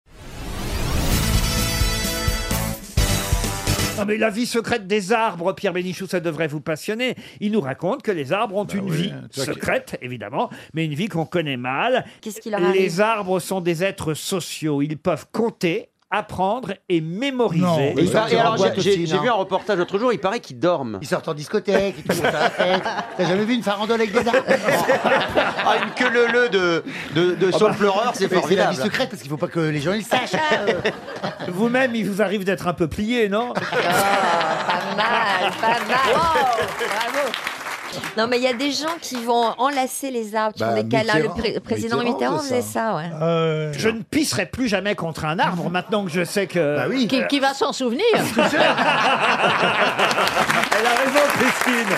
Non Ah, mais la vie secrète des arbres, Pierre Bénichou, ça devrait vous passionner. Il nous raconte que les arbres ont une oui, vie hein, toi qui- secrète, évidemment, mais une vie qu'on connaît mal. Qu'est-ce qui leur arrive Les arbres sont des êtres sociaux. Ils peuvent compter, apprendre et mémoriser. Non, Et il Ils par- sortent et en alors, boîte j'ai- j'ai aussi, j'ai non vu un reportage l'autre jour, il paraît qu'ils dorment. Ils sortent en discothèque, ils font la fête. T'as jamais vu une farandole avec des arbres Ah, une queue leu de, de, de saule pleureur, c'est Ah bah, Mais C'est la formidable. vie secrète parce qu'il faut pas que les gens ils le sachent. Vous-même, il vous arrive d'être un peu plié, non Ah, Pas mal, pas mal. Bravo. Non, mais il y a des gens qui vont enlacer les arbres, qui Bah, font des câlins. Le Mitterrand- pré- président Mitterrand Mitterrand, faisait faisait ça, ouais. Euh, Je ne pisserai plus jamais contre un arbre maintenant que je sais que. Bah oui. Qui, qui va s'en souvenir Elle a raison, Christine.